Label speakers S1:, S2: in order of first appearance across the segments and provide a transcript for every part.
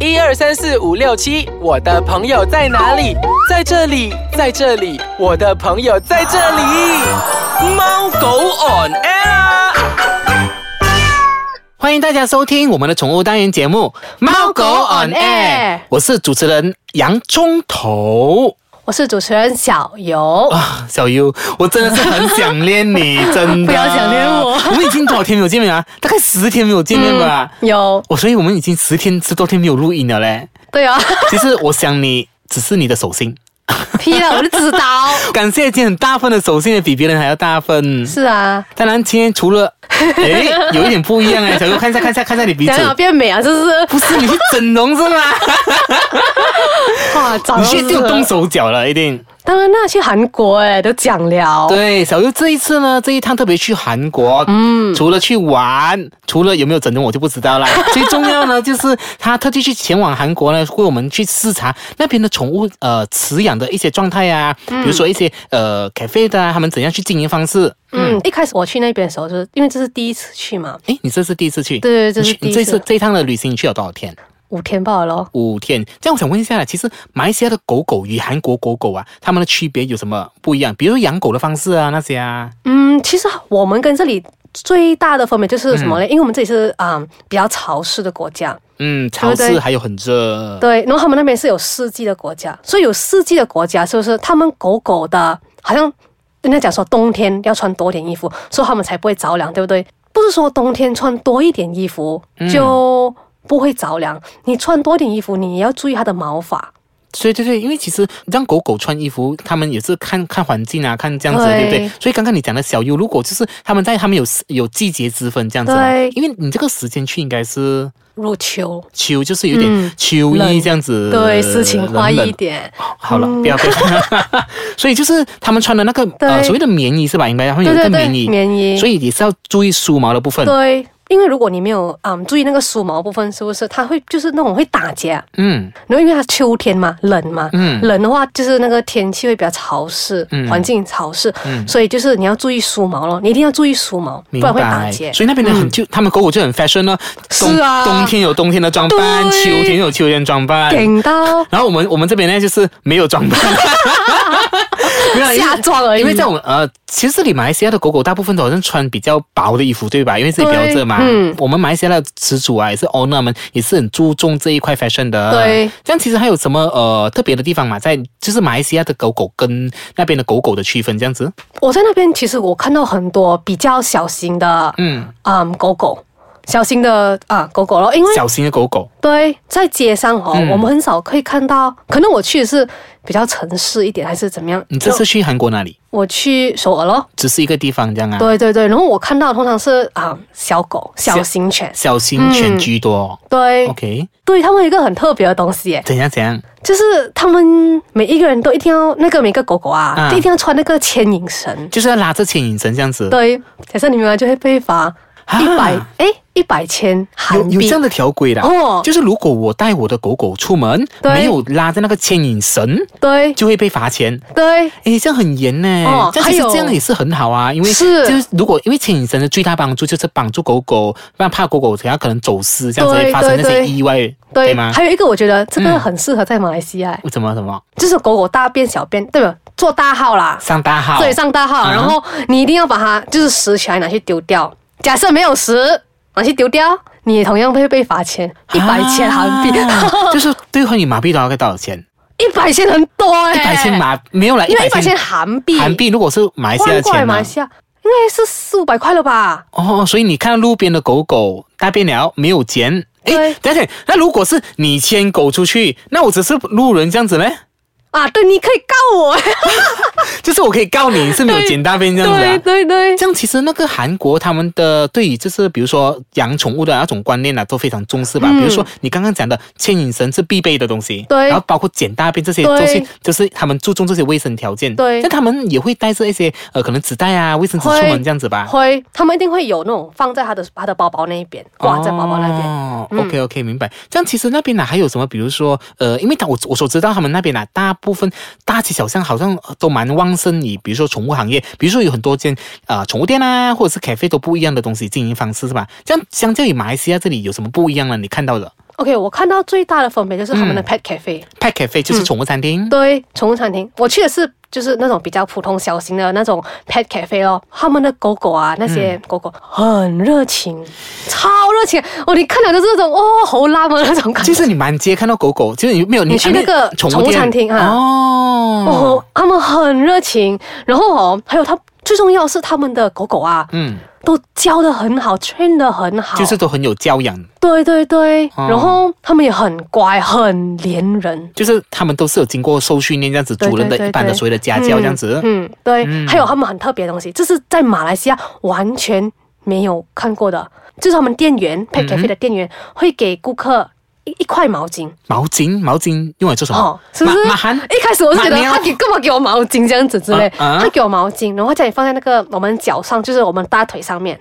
S1: 一二三四五六七，我的朋友在哪里？在这里，在这里，我的朋友在这里。猫狗 on air 啊。
S2: 欢迎大家收听我们的宠物单元节目《猫狗 on air》，我是主持人洋葱头
S3: 我是主持人小游。
S2: 啊，小优，我真的是很想念你，真的
S3: 不要想念我
S2: 我们已经多少天没有见面啊？大概十天没有见面吧。
S3: 有，
S2: 我、所以我们已经十天十多天没有录音了嘞。
S3: 对啊，
S2: 其实我想你，只是你的手心。
S3: 批了我就 知道。
S2: 感谢今天很大份的手心，也比别人还要大份。
S3: 是啊，
S2: 当然，今天除 了，诶，有一点不一样哎，小优看一下看一下看一下你鼻子
S3: 想，要变美啊，是不
S2: 不
S3: 是？
S2: 是你去整容是吗？
S3: 哇，长
S2: 你
S3: 得
S2: 去
S3: 是
S2: 定动手脚了，一定。
S3: 当然啦，去韩国哎、都讲了。
S2: 对，小优这一次呢，这一趟特别去韩国，嗯，除了去玩，除了有没有整容我就不知 道啦。最重要呢，就是他特地去前往韩国呢，为我们去视察那边的宠物呃饲养的一些状态啊，比如说一些呃 cafe 的啊，他们怎样去经营方式。
S3: 嗯，一开始我去那边的时候，就是因为这是第一次去嘛，
S2: 诶，你这是第一次去？
S3: 对对这
S2: 你
S3: 是
S2: 去你
S3: 第
S2: 这
S3: 一次
S2: 次这一趟的旅行你去了多少天？哦
S3: 五天罢了咯。
S2: 五天。这样我想问一下啦，其实马来西亚的狗狗与韩国狗狗啊，它们的区别有什么不一样？比如说养狗的方式啊那些啊。
S3: 嗯，其实我们跟这里最大的分别就是什么呢？因为我们这里是啊、嗯比较潮湿的国家，
S2: 嗯，潮
S3: 对
S2: 湿还有很热。
S3: 对，然后他们那边是有四季的国家，所以有四季的国家，是不是他们狗狗的，好像人家讲说冬天要穿多点衣服，所以他们才不会着凉，对不对？不是说冬天穿多一点衣服就不会着凉，你穿多点衣服，你也要注意它的毛发。
S2: 所以对对，因为其实让狗狗穿衣服，它们也是看看环境啊，看这样子，对
S3: 对
S2: 不对？所以刚刚你讲的小优，如果就是他们在他们有有季节之分这样子嘛，
S3: 对
S2: 因为你这个时间去应该是
S3: 入秋，
S2: 秋，就是有点
S3: 嗯
S2: 秋意
S3: 冷
S2: 这样子，
S3: 对，诗情画意
S2: 冷
S3: 一
S2: 冷
S3: 点，
S2: 好了，不要不 要。 所以就是他们穿的那个呃
S3: 对
S2: 所谓的棉衣是吧？应该他们有一
S3: 对
S2: 个
S3: 对对
S2: 棉衣，
S3: 棉衣
S2: 所以也是要注意梳毛的部分。
S3: 对。因为如果你没有嗯注意那个梳毛部分，是不是它会就是那种会打结、啊
S2: 嗯
S3: 然后因为它秋天嘛，冷嘛，
S2: 嗯
S3: 冷的话就是那个天气会比较潮湿，
S2: 嗯
S3: 环境潮湿，所以就是你要注意梳毛咯，你一定要注意梳毛，不
S2: 明
S3: 然会打
S2: 白，
S3: 结。
S2: 所以那边的很就、他们狗狗就很 fashion 哦，冬
S3: 是啊
S2: 冬天有冬天的装扮，秋
S3: 对
S2: 天有秋天装扮，
S3: 顶到
S2: 然后我们我们这边呢，就是没有 装扮，
S3: 哎
S2: 没有啦因为
S3: 下妆而已，
S2: 因为在我们呃，其实这里马来西亚的狗狗大部分都好像穿比较薄的衣服，对吧？因为这里比较热嘛。
S3: 对嗯
S2: 我们马来西亚的始祖啊，也是 owner 们也是很注重这一块 fashion 的。
S3: 对。
S2: 这样其实还有什么呃特别的地方嘛？在就是马来西亚的狗狗跟那边的狗狗的区分这样子。
S3: 我在那边其实我看到很多比较小型的，
S2: 嗯，
S3: 嗯，狗狗，小型的啊狗狗咯，因为
S2: 小型的狗狗，
S3: 对在街上哦，
S2: 嗯
S3: 我们很少可以看到，可能我去的是比较城市一点，还是怎么样？
S2: 你这次去韩国哪里？
S3: 我去首尔咯，
S2: 只是一个地方这样啊？。
S3: 对对对，然后我看到通常是啊、小狗、
S2: 小
S3: 小型犬，
S2: 小
S3: 嗯
S2: 型犬居多。哦
S3: 对
S2: OK，
S3: 对，他们有一个很特别的东西耶，
S2: 怎样怎样？
S3: 就是他们每一个人都一定要那个每个狗狗啊，
S2: 啊
S3: 都一定要穿那个牵引绳。
S2: 就是要拉着牵引绳这样子。
S3: 对，假设你们就会被罚
S2: 啊
S3: 一百哎一百千韩
S2: 有有这
S3: 币
S2: 样。的条规啦，
S3: 哦
S2: 就是如果我带我的狗狗出门，
S3: 对
S2: 没有拉着那个牵引绳，
S3: 对
S2: 就会被罚钱。
S3: 对
S2: 诶，这样很严呢、
S3: 哦
S2: 但其实
S3: 还有
S2: 这样也是很好啊，因为
S3: 是
S2: 就是如果因为牵引绳的最大帮助就是帮助狗狗，让怕狗狗等下可能走失这样子
S3: 对
S2: 会发生那
S3: 对
S2: 些
S3: 对
S2: 意外，
S3: 对，
S2: 吗？嗯
S3: 还有一个我觉得这个很适合在马来西亚，
S2: 为什么什么
S3: 就是狗狗大便小便，对吧？做大号啦，
S2: 上大号？
S3: 对，上大号，
S2: 嗯
S3: 然后你一定要把它就是拾起来拿去丢掉。假设没有拾，拿去丢掉，你也同样会被罚钱一百千韩币，
S2: 啊就是兑换你马币的话该多少钱？
S3: 一百千很多 哎、
S2: 一百千马没有啦，
S3: 因为一百千韩币，
S2: 韩币，如果是马来西亚
S3: 换
S2: 的
S3: 过来
S2: 钱啊
S3: 马
S2: 呢
S3: 来？西亚应该是四五百块了吧？
S2: 哦，所以你看路边的狗狗大便了没有捡？
S3: 对
S2: 诶，等一下，那如果是你牵狗出去，那我只是路人这样子呢？
S3: 啊，对，你可以告我，
S2: 就是我可以告你是没有捡大便这样子、
S3: 对
S2: 啊。
S3: 对对，
S2: 这样其实那个韩国他们的对于就是比如说养宠物的那种观念啊，都非常重视吧。
S3: 嗯
S2: 比如说你刚刚讲的牵引绳是必备的东西，
S3: 对
S2: 然后包括捡大便这些
S3: 对
S2: 东西，就是他们注重这些卫生条件。
S3: 对
S2: 但他们也会带着一些呃可能纸袋啊、卫生纸
S3: 会
S2: 出门这样子吧。
S3: 会，他们一定会有那种放在他的他的包包那一边，挂在包包那边。嗯
S2: 哦、OK OK，明白。这样其实那边呢、还有什么？比如说呃，因为他我我所知道他们那边呢、大部分大街小巷好像呃都蛮旺盛以，比如说宠物行业，比如说有很多间啊宠物店啊，或者是 cafe 都不一样的东西经营方式是吧？这样相较于马来西亚这里有什么不一样呢？你看到的？
S3: OK，我看到最大的分别就是他
S2: 嗯
S3: 们的 pet cafe，、
S2: Pet Cafe 就是宠物餐厅。
S3: 对，宠物餐厅，我去的是就是那种比较普通小型的那种 pet cafe 哦，他们的狗狗啊，那
S2: 嗯
S3: 些狗狗、很热情，超热情哦，你看了就是那种哦好辣的那种感觉，
S2: 就是你满街看到狗狗，就是你没有
S3: 你去那个
S2: 宠
S3: 宠物
S2: 店
S3: 餐厅啊
S2: 哦，
S3: 哦，他们很热情，然后哦，还有他最重要的是他们的狗狗啊，
S2: 嗯，
S3: 都教的很好，train 的很好，
S2: 就是都很有教养，
S3: 对对对，
S2: 哦
S3: 然后他们也很乖，很粘人。
S2: 就是他们都是有经过受训练这样子，
S3: 对
S2: 主人的
S3: 对对
S2: 一般的
S3: 对
S2: 所谓的家教这样子。
S3: 嗯，对，
S2: 嗯
S3: 还有他们很特别的东西，这是在马来西亚完全没有看过的，就是他们店员
S2: 嗯
S3: pet cafe 的店员会给顾客一一块毛巾，
S2: 毛巾，毛巾用来做什么？
S3: 哦，是不是？
S2: 马马汗
S3: 一开始我是觉得
S2: 马尿
S3: 他给干嘛给我毛巾这样子之类，
S2: 啊啊
S3: 他给我毛巾，然后叫你放在那个我们脚上，就是我们大腿上面，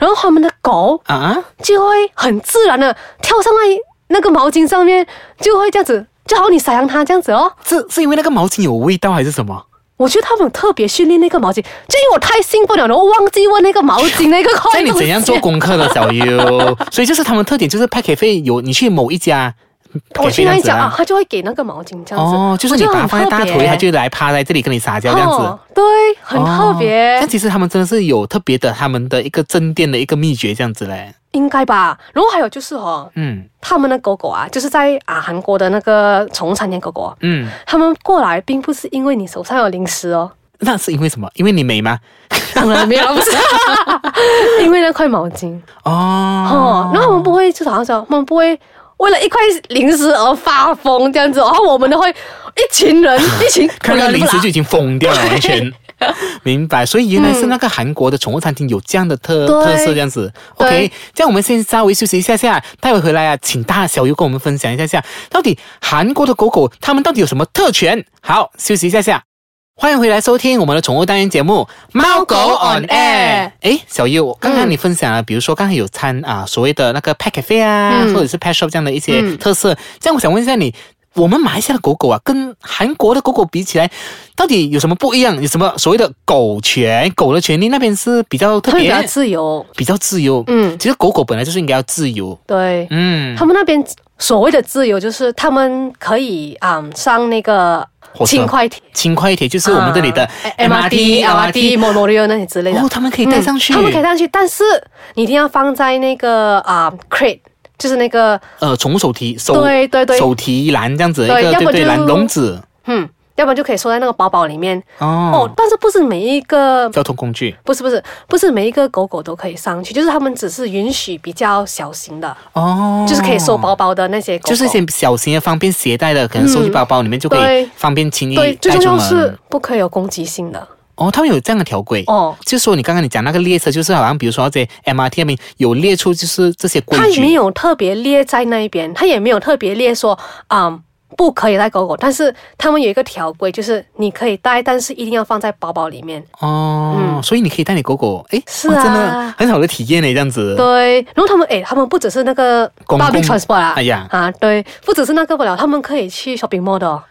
S3: 然后他们的狗
S2: 啊，
S3: 就会很自然的跳上来那个毛巾上面，就会这样子，就好像你撒羊它这样子哦。
S2: 这是因为那个毛巾有味道还是什么？
S3: 我觉得他们有特别训练那个毛巾，就因为我太兴奋了，然后忘记问那个毛巾那个
S2: 所
S3: 快
S2: 以你
S3: 乐。
S2: 怎样做功课的小 优？所以就是他们特点就是派 K 费有你去某一家，
S3: 我去那里讲啊，
S2: 啊。
S3: 他就会给那个毛巾这样子。
S2: 哦，就是你
S3: 我觉
S2: 把
S3: 得
S2: 它放
S3: 很
S2: 在大
S3: 特别
S2: 腿，它就来趴在这里跟你撒娇这样子。
S3: 哦，对，很特
S2: 哦
S3: 别。
S2: 但其实他们真的是有特别的，他们的一个镇店的一个秘诀这样子嘞。
S3: 应该吧。然后还有就是哦，
S2: 嗯
S3: 他们的狗狗啊，就是在啊韩国的那个宠物餐厅狗狗啊，
S2: 嗯，
S3: 他们过来并不是因为你手上有零食哦，
S2: 那是因为什么？因为你美吗？
S3: 当然没有，不是，因为那块毛巾哦
S2: 哦，。
S3: 然后我们不会就好像说，我们不会。为了一块零食而发疯这样子，然后我们都会一群人一群
S2: 看到零食就已经疯掉了，
S3: 对
S2: 完全。明白，所以原来是那个韩国的宠物餐厅有这样的特、
S3: 对
S2: 特色，这样子。
S3: 对
S2: OK，这样我们先稍微休息一下下，待会回来啊，请大小优跟我们分享一下下，到底韩国的狗狗它们到底有什么特权？好，休息一下下，欢迎回来收听我们的宠物单元节目《猫狗 on air》。诶，哎小优，刚刚你分享了，比如说刚才有参啊所谓的那个 pet cafe 啊，
S3: 嗯
S2: 或者是 pet shop 这样的一些
S3: 嗯
S2: 特色，这样我想问一下你。我们马来西亚的狗狗啊，跟韩国的狗狗比起来，到底有什么不一样？有什么所谓的狗权、狗的权利？那边是比较特
S3: 会比
S2: 别，
S3: 较自由。
S2: 比较自由。
S3: 嗯，
S2: 其实狗狗本来就是应该要自由。
S3: 对，
S2: 嗯，
S3: 他们那边所谓的自由就是他们可以啊、上那个
S2: 火车
S3: 轻快铁，
S2: 轻快一点，就是我们这里的
S3: 啊 MRT、LRT、m o r o 那些之类的。
S2: 哦，他们可以带上去，
S3: 嗯他们可以带上去，但是你一定要放在那个啊、crate，就是那个
S2: 呃，宠物手提手
S3: 对对对
S2: 手提篮这样子一
S3: 对
S2: 个
S3: 要
S2: 对
S3: 不
S2: 对
S3: 就
S2: 篮笼子
S3: 嗯，要不然就可以收在那个包包里面。哦
S2: 哦，，
S3: 但是不是每一个。
S2: 交通工具
S3: 不是不是不是每一个狗狗都可以上去，就是他们只是允许比较小型的，
S2: 哦，
S3: 就是可以收包。包的那些狗狗。
S2: 就是一些小型的方便携带的，可能收进包包里面就可以
S3: 对
S2: 方便轻易
S3: 对，最
S2: 带
S3: 重
S2: 出
S3: 要是
S2: 门。
S3: 不可以有攻击性的
S2: 哦，他们有这样的条规
S3: 哦。
S2: 就说你刚刚你讲那个列车，就是好像比如说在 MRT 那边有列出就是这些规
S3: 它也没
S2: 矩，
S3: 有特别列在那一边，它也没有特别列说啊、嗯不可以带狗狗，但是他们有一个条规，就是你可以带，但是一定要放在包包里面。
S2: 哦，所以你可以带你狗狗，诶，
S3: 嗯是
S2: 哇
S3: 啊
S2: 真的很好的体验呢，这样 子。
S3: 对，然后他们诶，他们不只是那个
S2: 公共
S3: public transport 啊，
S2: 哎呀
S3: 啊，对，不只是那个不了，他们可以去 shopping mall 的哦、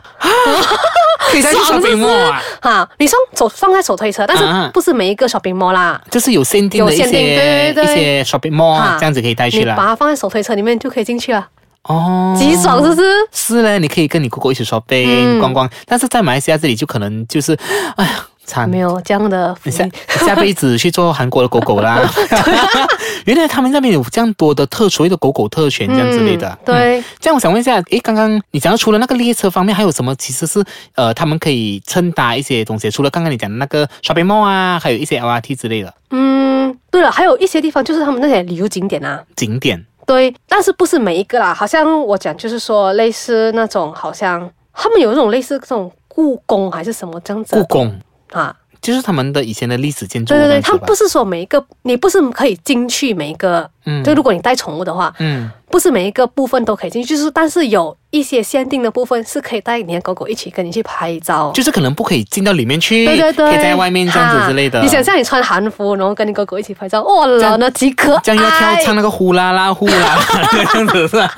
S2: 可以带去
S3: 爽是不
S2: shopping
S3: 是
S2: mall 啊，
S3: 啊，你上手放在手推车，但
S2: 啊
S3: 是不是每一个 shopping mall 啦。
S2: 就是有限定的一
S3: 有限定
S2: 些
S3: 对对对
S2: 一些 shopping mall 啊
S3: 啊
S2: 这样子可以带去
S3: 你把
S2: 了。
S3: 它放在手推车里面就可以进去了，
S2: 哦，
S3: 极爽是不嗯是？
S2: 是嘞，你可以跟你姑姑一起 shopping、逛逛，但是在马来西亚这里就可能就是，哎呀，惨
S3: 没。有这样的福
S2: 你下
S3: 利，
S2: 下辈子去做韩国的狗狗啦！ 原来他们那边有这样多的特所谓的狗狗特权这样之类的。
S3: 嗯对
S2: 嗯这样我想问一下，诶，刚刚你讲到除了那个列车方面，还有什么其实是呃他们可以乘搭一些东西？除了刚刚你讲的那个 shopping mall 啊，还有一些 LRT 之类的
S3: 嗯，对了，还有一些地方就是他们那些旅游景点啊，
S2: 景点。
S3: 对，但是不是每一个啦？好像我讲就是说，类似那种好像他们有那种类似这种故宫还是什么这样子
S2: 故宫
S3: 啊？
S2: 就是他们的以前的历史建筑
S3: 对
S2: 这
S3: 对
S2: 样子吧。
S3: 对，他们不是说每一个你不是可以进去每一个，
S2: 嗯
S3: 就如果你带宠物的话，
S2: 嗯。
S3: 不是每一个部分都可以进去，就是但是有一些限定的部分是可以带你的狗狗一起跟你去拍照。
S2: 就是可能不可以进到里面去，
S3: 对对对，
S2: 可以在外面这样子之类的。
S3: 啊你想象你穿韩服，然后跟你狗狗一起拍照，哇，
S2: 样
S3: 老了几可爱。
S2: 这样又要
S3: 哎
S2: 跳唱那个呼啦啦呼啦 啦这样子是吧？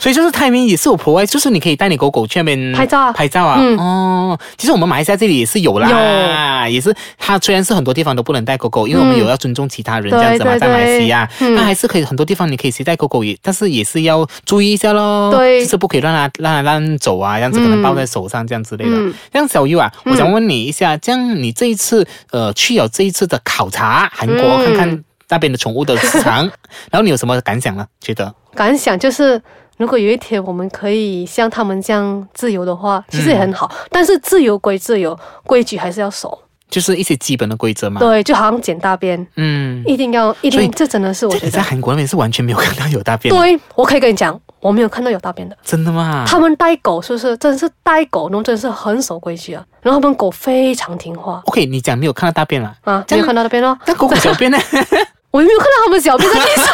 S2: 所以就是泰民也是有 provide，就是你可以带你狗狗去那边
S3: 拍照啊
S2: 拍照啊。
S3: 嗯
S2: 哦，其实我们马来西亚这里也是有啦，也是它虽然是很多地方都不能带狗狗，因为我们有要尊重其他人
S3: 对
S2: 这样子嘛，
S3: 对
S2: 在马来西亚，
S3: 对嗯
S2: 那还是可以很多地方你可以携带狗狗也，但是也是要注意一下咯，
S3: 对
S2: 就是不可以让它让它乱走啊，这样子可能抱在手上这样之类的
S3: 嗯。
S2: 这样小优啊，我想问你一下，这样你这一次呃去了这一次的考察韩国，
S3: 嗯
S2: 看看那边的宠物的市场，然后你有什么感想呢？觉得
S3: 感想就是，如果有一天我们可以像他们这样自由的
S2: 嗯
S3: 话，其实也很好。但是自由归自由，规矩还是要守。
S2: 就是一些基本的规则嘛。
S3: 对，就好像捡大便，
S2: 嗯，
S3: 一定要一
S2: 啊所以
S3: 定，这真的是我
S2: 这
S3: 觉
S2: 你在
S3: 得。
S2: 韩国那边是完全没有看到有大便的，
S3: 对，我可以跟你讲，我没有看到有大便的。
S2: 真的吗？
S3: 他们带狗是不是真的是带狗，那真的是很守规矩啊。然后他们狗非常听话
S2: OK，你讲没有看到大便啦，
S3: 啊，
S2: 这
S3: 没
S2: 样
S3: 有看到大便哦，
S2: 那狗狗小 便呢？
S3: 我也没有看到他们小便在地上，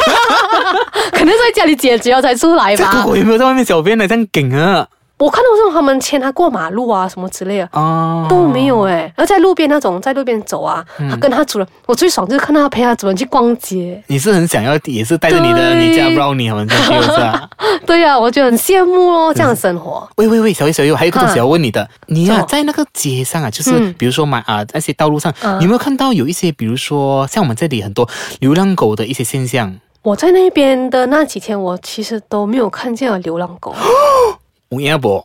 S3: 可能在家里解决了才出来
S2: 这狗
S3: 吧。
S2: 狗有没有在外面小便呢？这样梗啊！
S3: 我看到这种他们牵它过马路啊什么之类的，
S2: 哦，
S3: 都没有哎、然后在路边那种，在路边走啊，
S2: 嗯
S3: 他跟他主人，我最爽就是看到他陪他主人去逛街。
S2: 你是很想要，也是带着你的
S3: 对
S2: 你家 brownie 啊他们这样去是 吧？
S3: 对呀、啊，我就很羡慕哦，这样的生活。
S2: 喂喂喂，小月小月，我还有一个东西
S3: 嗯
S2: 要问你的，你
S3: 什
S2: 啊，
S3: 么
S2: 在那个街上啊，就是
S3: 嗯
S2: 比如说买啊那些道路上，
S3: 嗯
S2: 你有没有看到有一些，比如说像我们这里很多流浪狗的一些现象？
S3: 我在那边的那几天，我其实都没有看见有流浪狗，
S2: 吴彦博，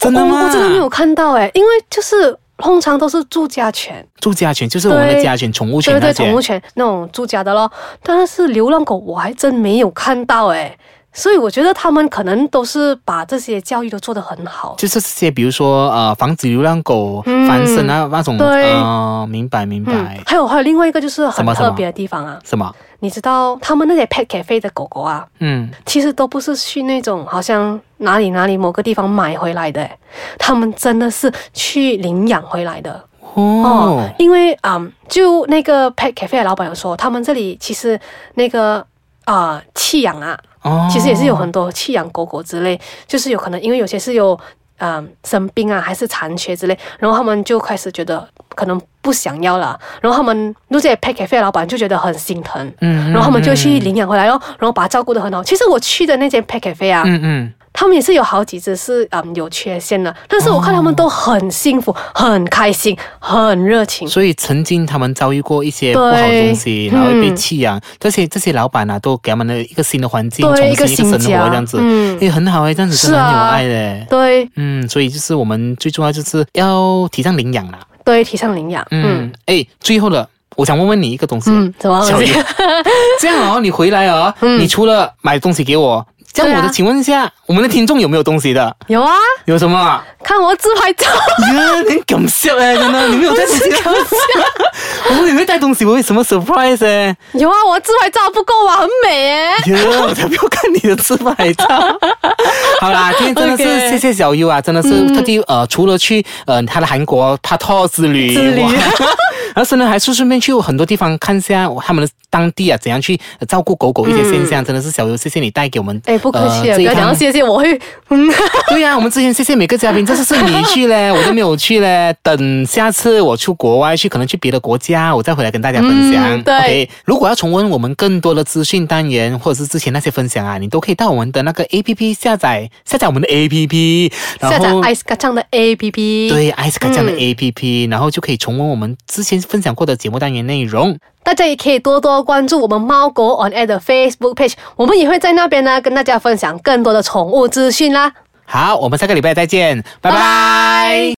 S2: 真的
S3: 我
S2: 吗？
S3: 哦我真的没有看到哎、因为就是通常都是住家犬，
S2: 住家犬，就是我们的
S3: 对
S2: 家犬、宠物
S3: 对
S2: 犬那
S3: 对，
S2: 些。
S3: 宠物犬那种住家的咯。但是流浪狗我还真没有看到哎、所以我觉得他们可能都是把这些教育都做得很好。
S2: 就是这些，比如说呃，防止流浪狗
S3: 嗯
S2: 翻身啊，那种，
S3: 对
S2: 呃，明白明
S3: 嗯
S2: 白，，
S3: 还有还有另外一个就是
S2: 什
S3: 很
S2: 么什么
S3: 特别的地方啊，
S2: 什么？
S3: 你知道他们那些 pet cafe 的狗狗啊，
S2: 嗯，
S3: 其实都不是去那种好像哪里哪里某个地方买回来的，欸他们真的是去领养回来的
S2: 哦，
S3: 因为啊、嗯就那个 pet cafe 的老板有说，他们这里其实那个啊、弃养啊，
S2: 哦，
S3: 其实也是有很多弃养狗狗之类，就是有可能因为有些是有嗯、生病啊，还是残缺之类，然后他们就开始觉得可能不想要了，然后他们那些 pet cafe 的老板就觉得很心疼，
S2: 嗯，嗯，
S3: 然后他们就去
S2: 嗯
S3: 领养回来咯，然后把它照顾得很好。其实我去的那间 pet cafe 啊，
S2: 嗯嗯，
S3: 他们也是有好几只是嗯有缺陷的，但是我看他们都很幸福、
S2: 哦
S3: 很开心、很热情。
S2: 所以曾经他们遭遇过一些不
S3: 对
S2: 好的东西，然后
S3: 嗯
S2: 被弃养，这些这些老板啊，都给他们了一个新的环境，重
S3: 对
S2: 新
S3: 一个
S2: 生
S3: 新
S2: 活
S3: 家
S2: 这样子，
S3: 嗯
S2: 也很好哎，这样子真的很
S3: 是
S2: 有
S3: 啊
S2: 爱嘞。
S3: 对
S2: 嗯，所以就是我们最重要就是要提倡领养啦。
S3: 对，提倡领养。嗯
S2: 嗯，哎、最后了，我想问问你一个东西，
S3: 嗯，怎么
S2: 小
S3: 东
S2: 雨
S3: 西？，
S2: 这样哦，你回来哦，你除了买东西给我，这样我的，
S3: 对啊
S2: 请问一下，我们的听众有没有东西的？
S3: 有啊，
S2: 有什么啊？
S3: 看我自拍照。
S2: 呀，你很搞笑哎，真的，你没有带东西。我问你会带东西，我为什么 surprise 哎？
S3: 有啊，我自拍照不够啊，很美耶。
S2: 哟，我才不要看你的自拍 照。好啦，今天真的是
S3: OK
S2: 谢谢小优啊，真的是特地呃，除了去呃他的韩国 p a t o 之旅，
S3: 之旅
S2: 哇然后甚至还是顺便去很多地方看一下他们的当地啊，怎样去呃照顾狗狗一些现象，真的是小优，谢谢你带给我们。
S3: 嗯哎，不客气，
S2: 呃
S3: 不
S2: 这一
S3: 要
S2: 趟
S3: 讲到谢谢，我会嗯，
S2: 对啊呀、我们之前谢谢每个嘉宾，这次是你去嘞，我都没有去嘞。等下次我出国外去，可能去别的国家，我再回来跟大家分享。
S3: 嗯对
S2: OK，如果要重温我们更多的资讯单元，或者是之前那些分享啊，你都可以到我们的那个 APP 下载，下载我们的 APP，然
S3: 下
S2: 后
S3: 载嗯 Ice 嘎唱的 A P P。，
S2: 对 Ice 卡这样的 APP，、然后就可以重温我们之前分享过的节目单元内容。
S3: 大家也可以多多关注我们猫狗 on air 的 Facebook page，我们也会在那边呢跟大家分享更多的宠物资讯啦。
S2: 好，我们下个礼拜再见，拜拜。
S3: 拜拜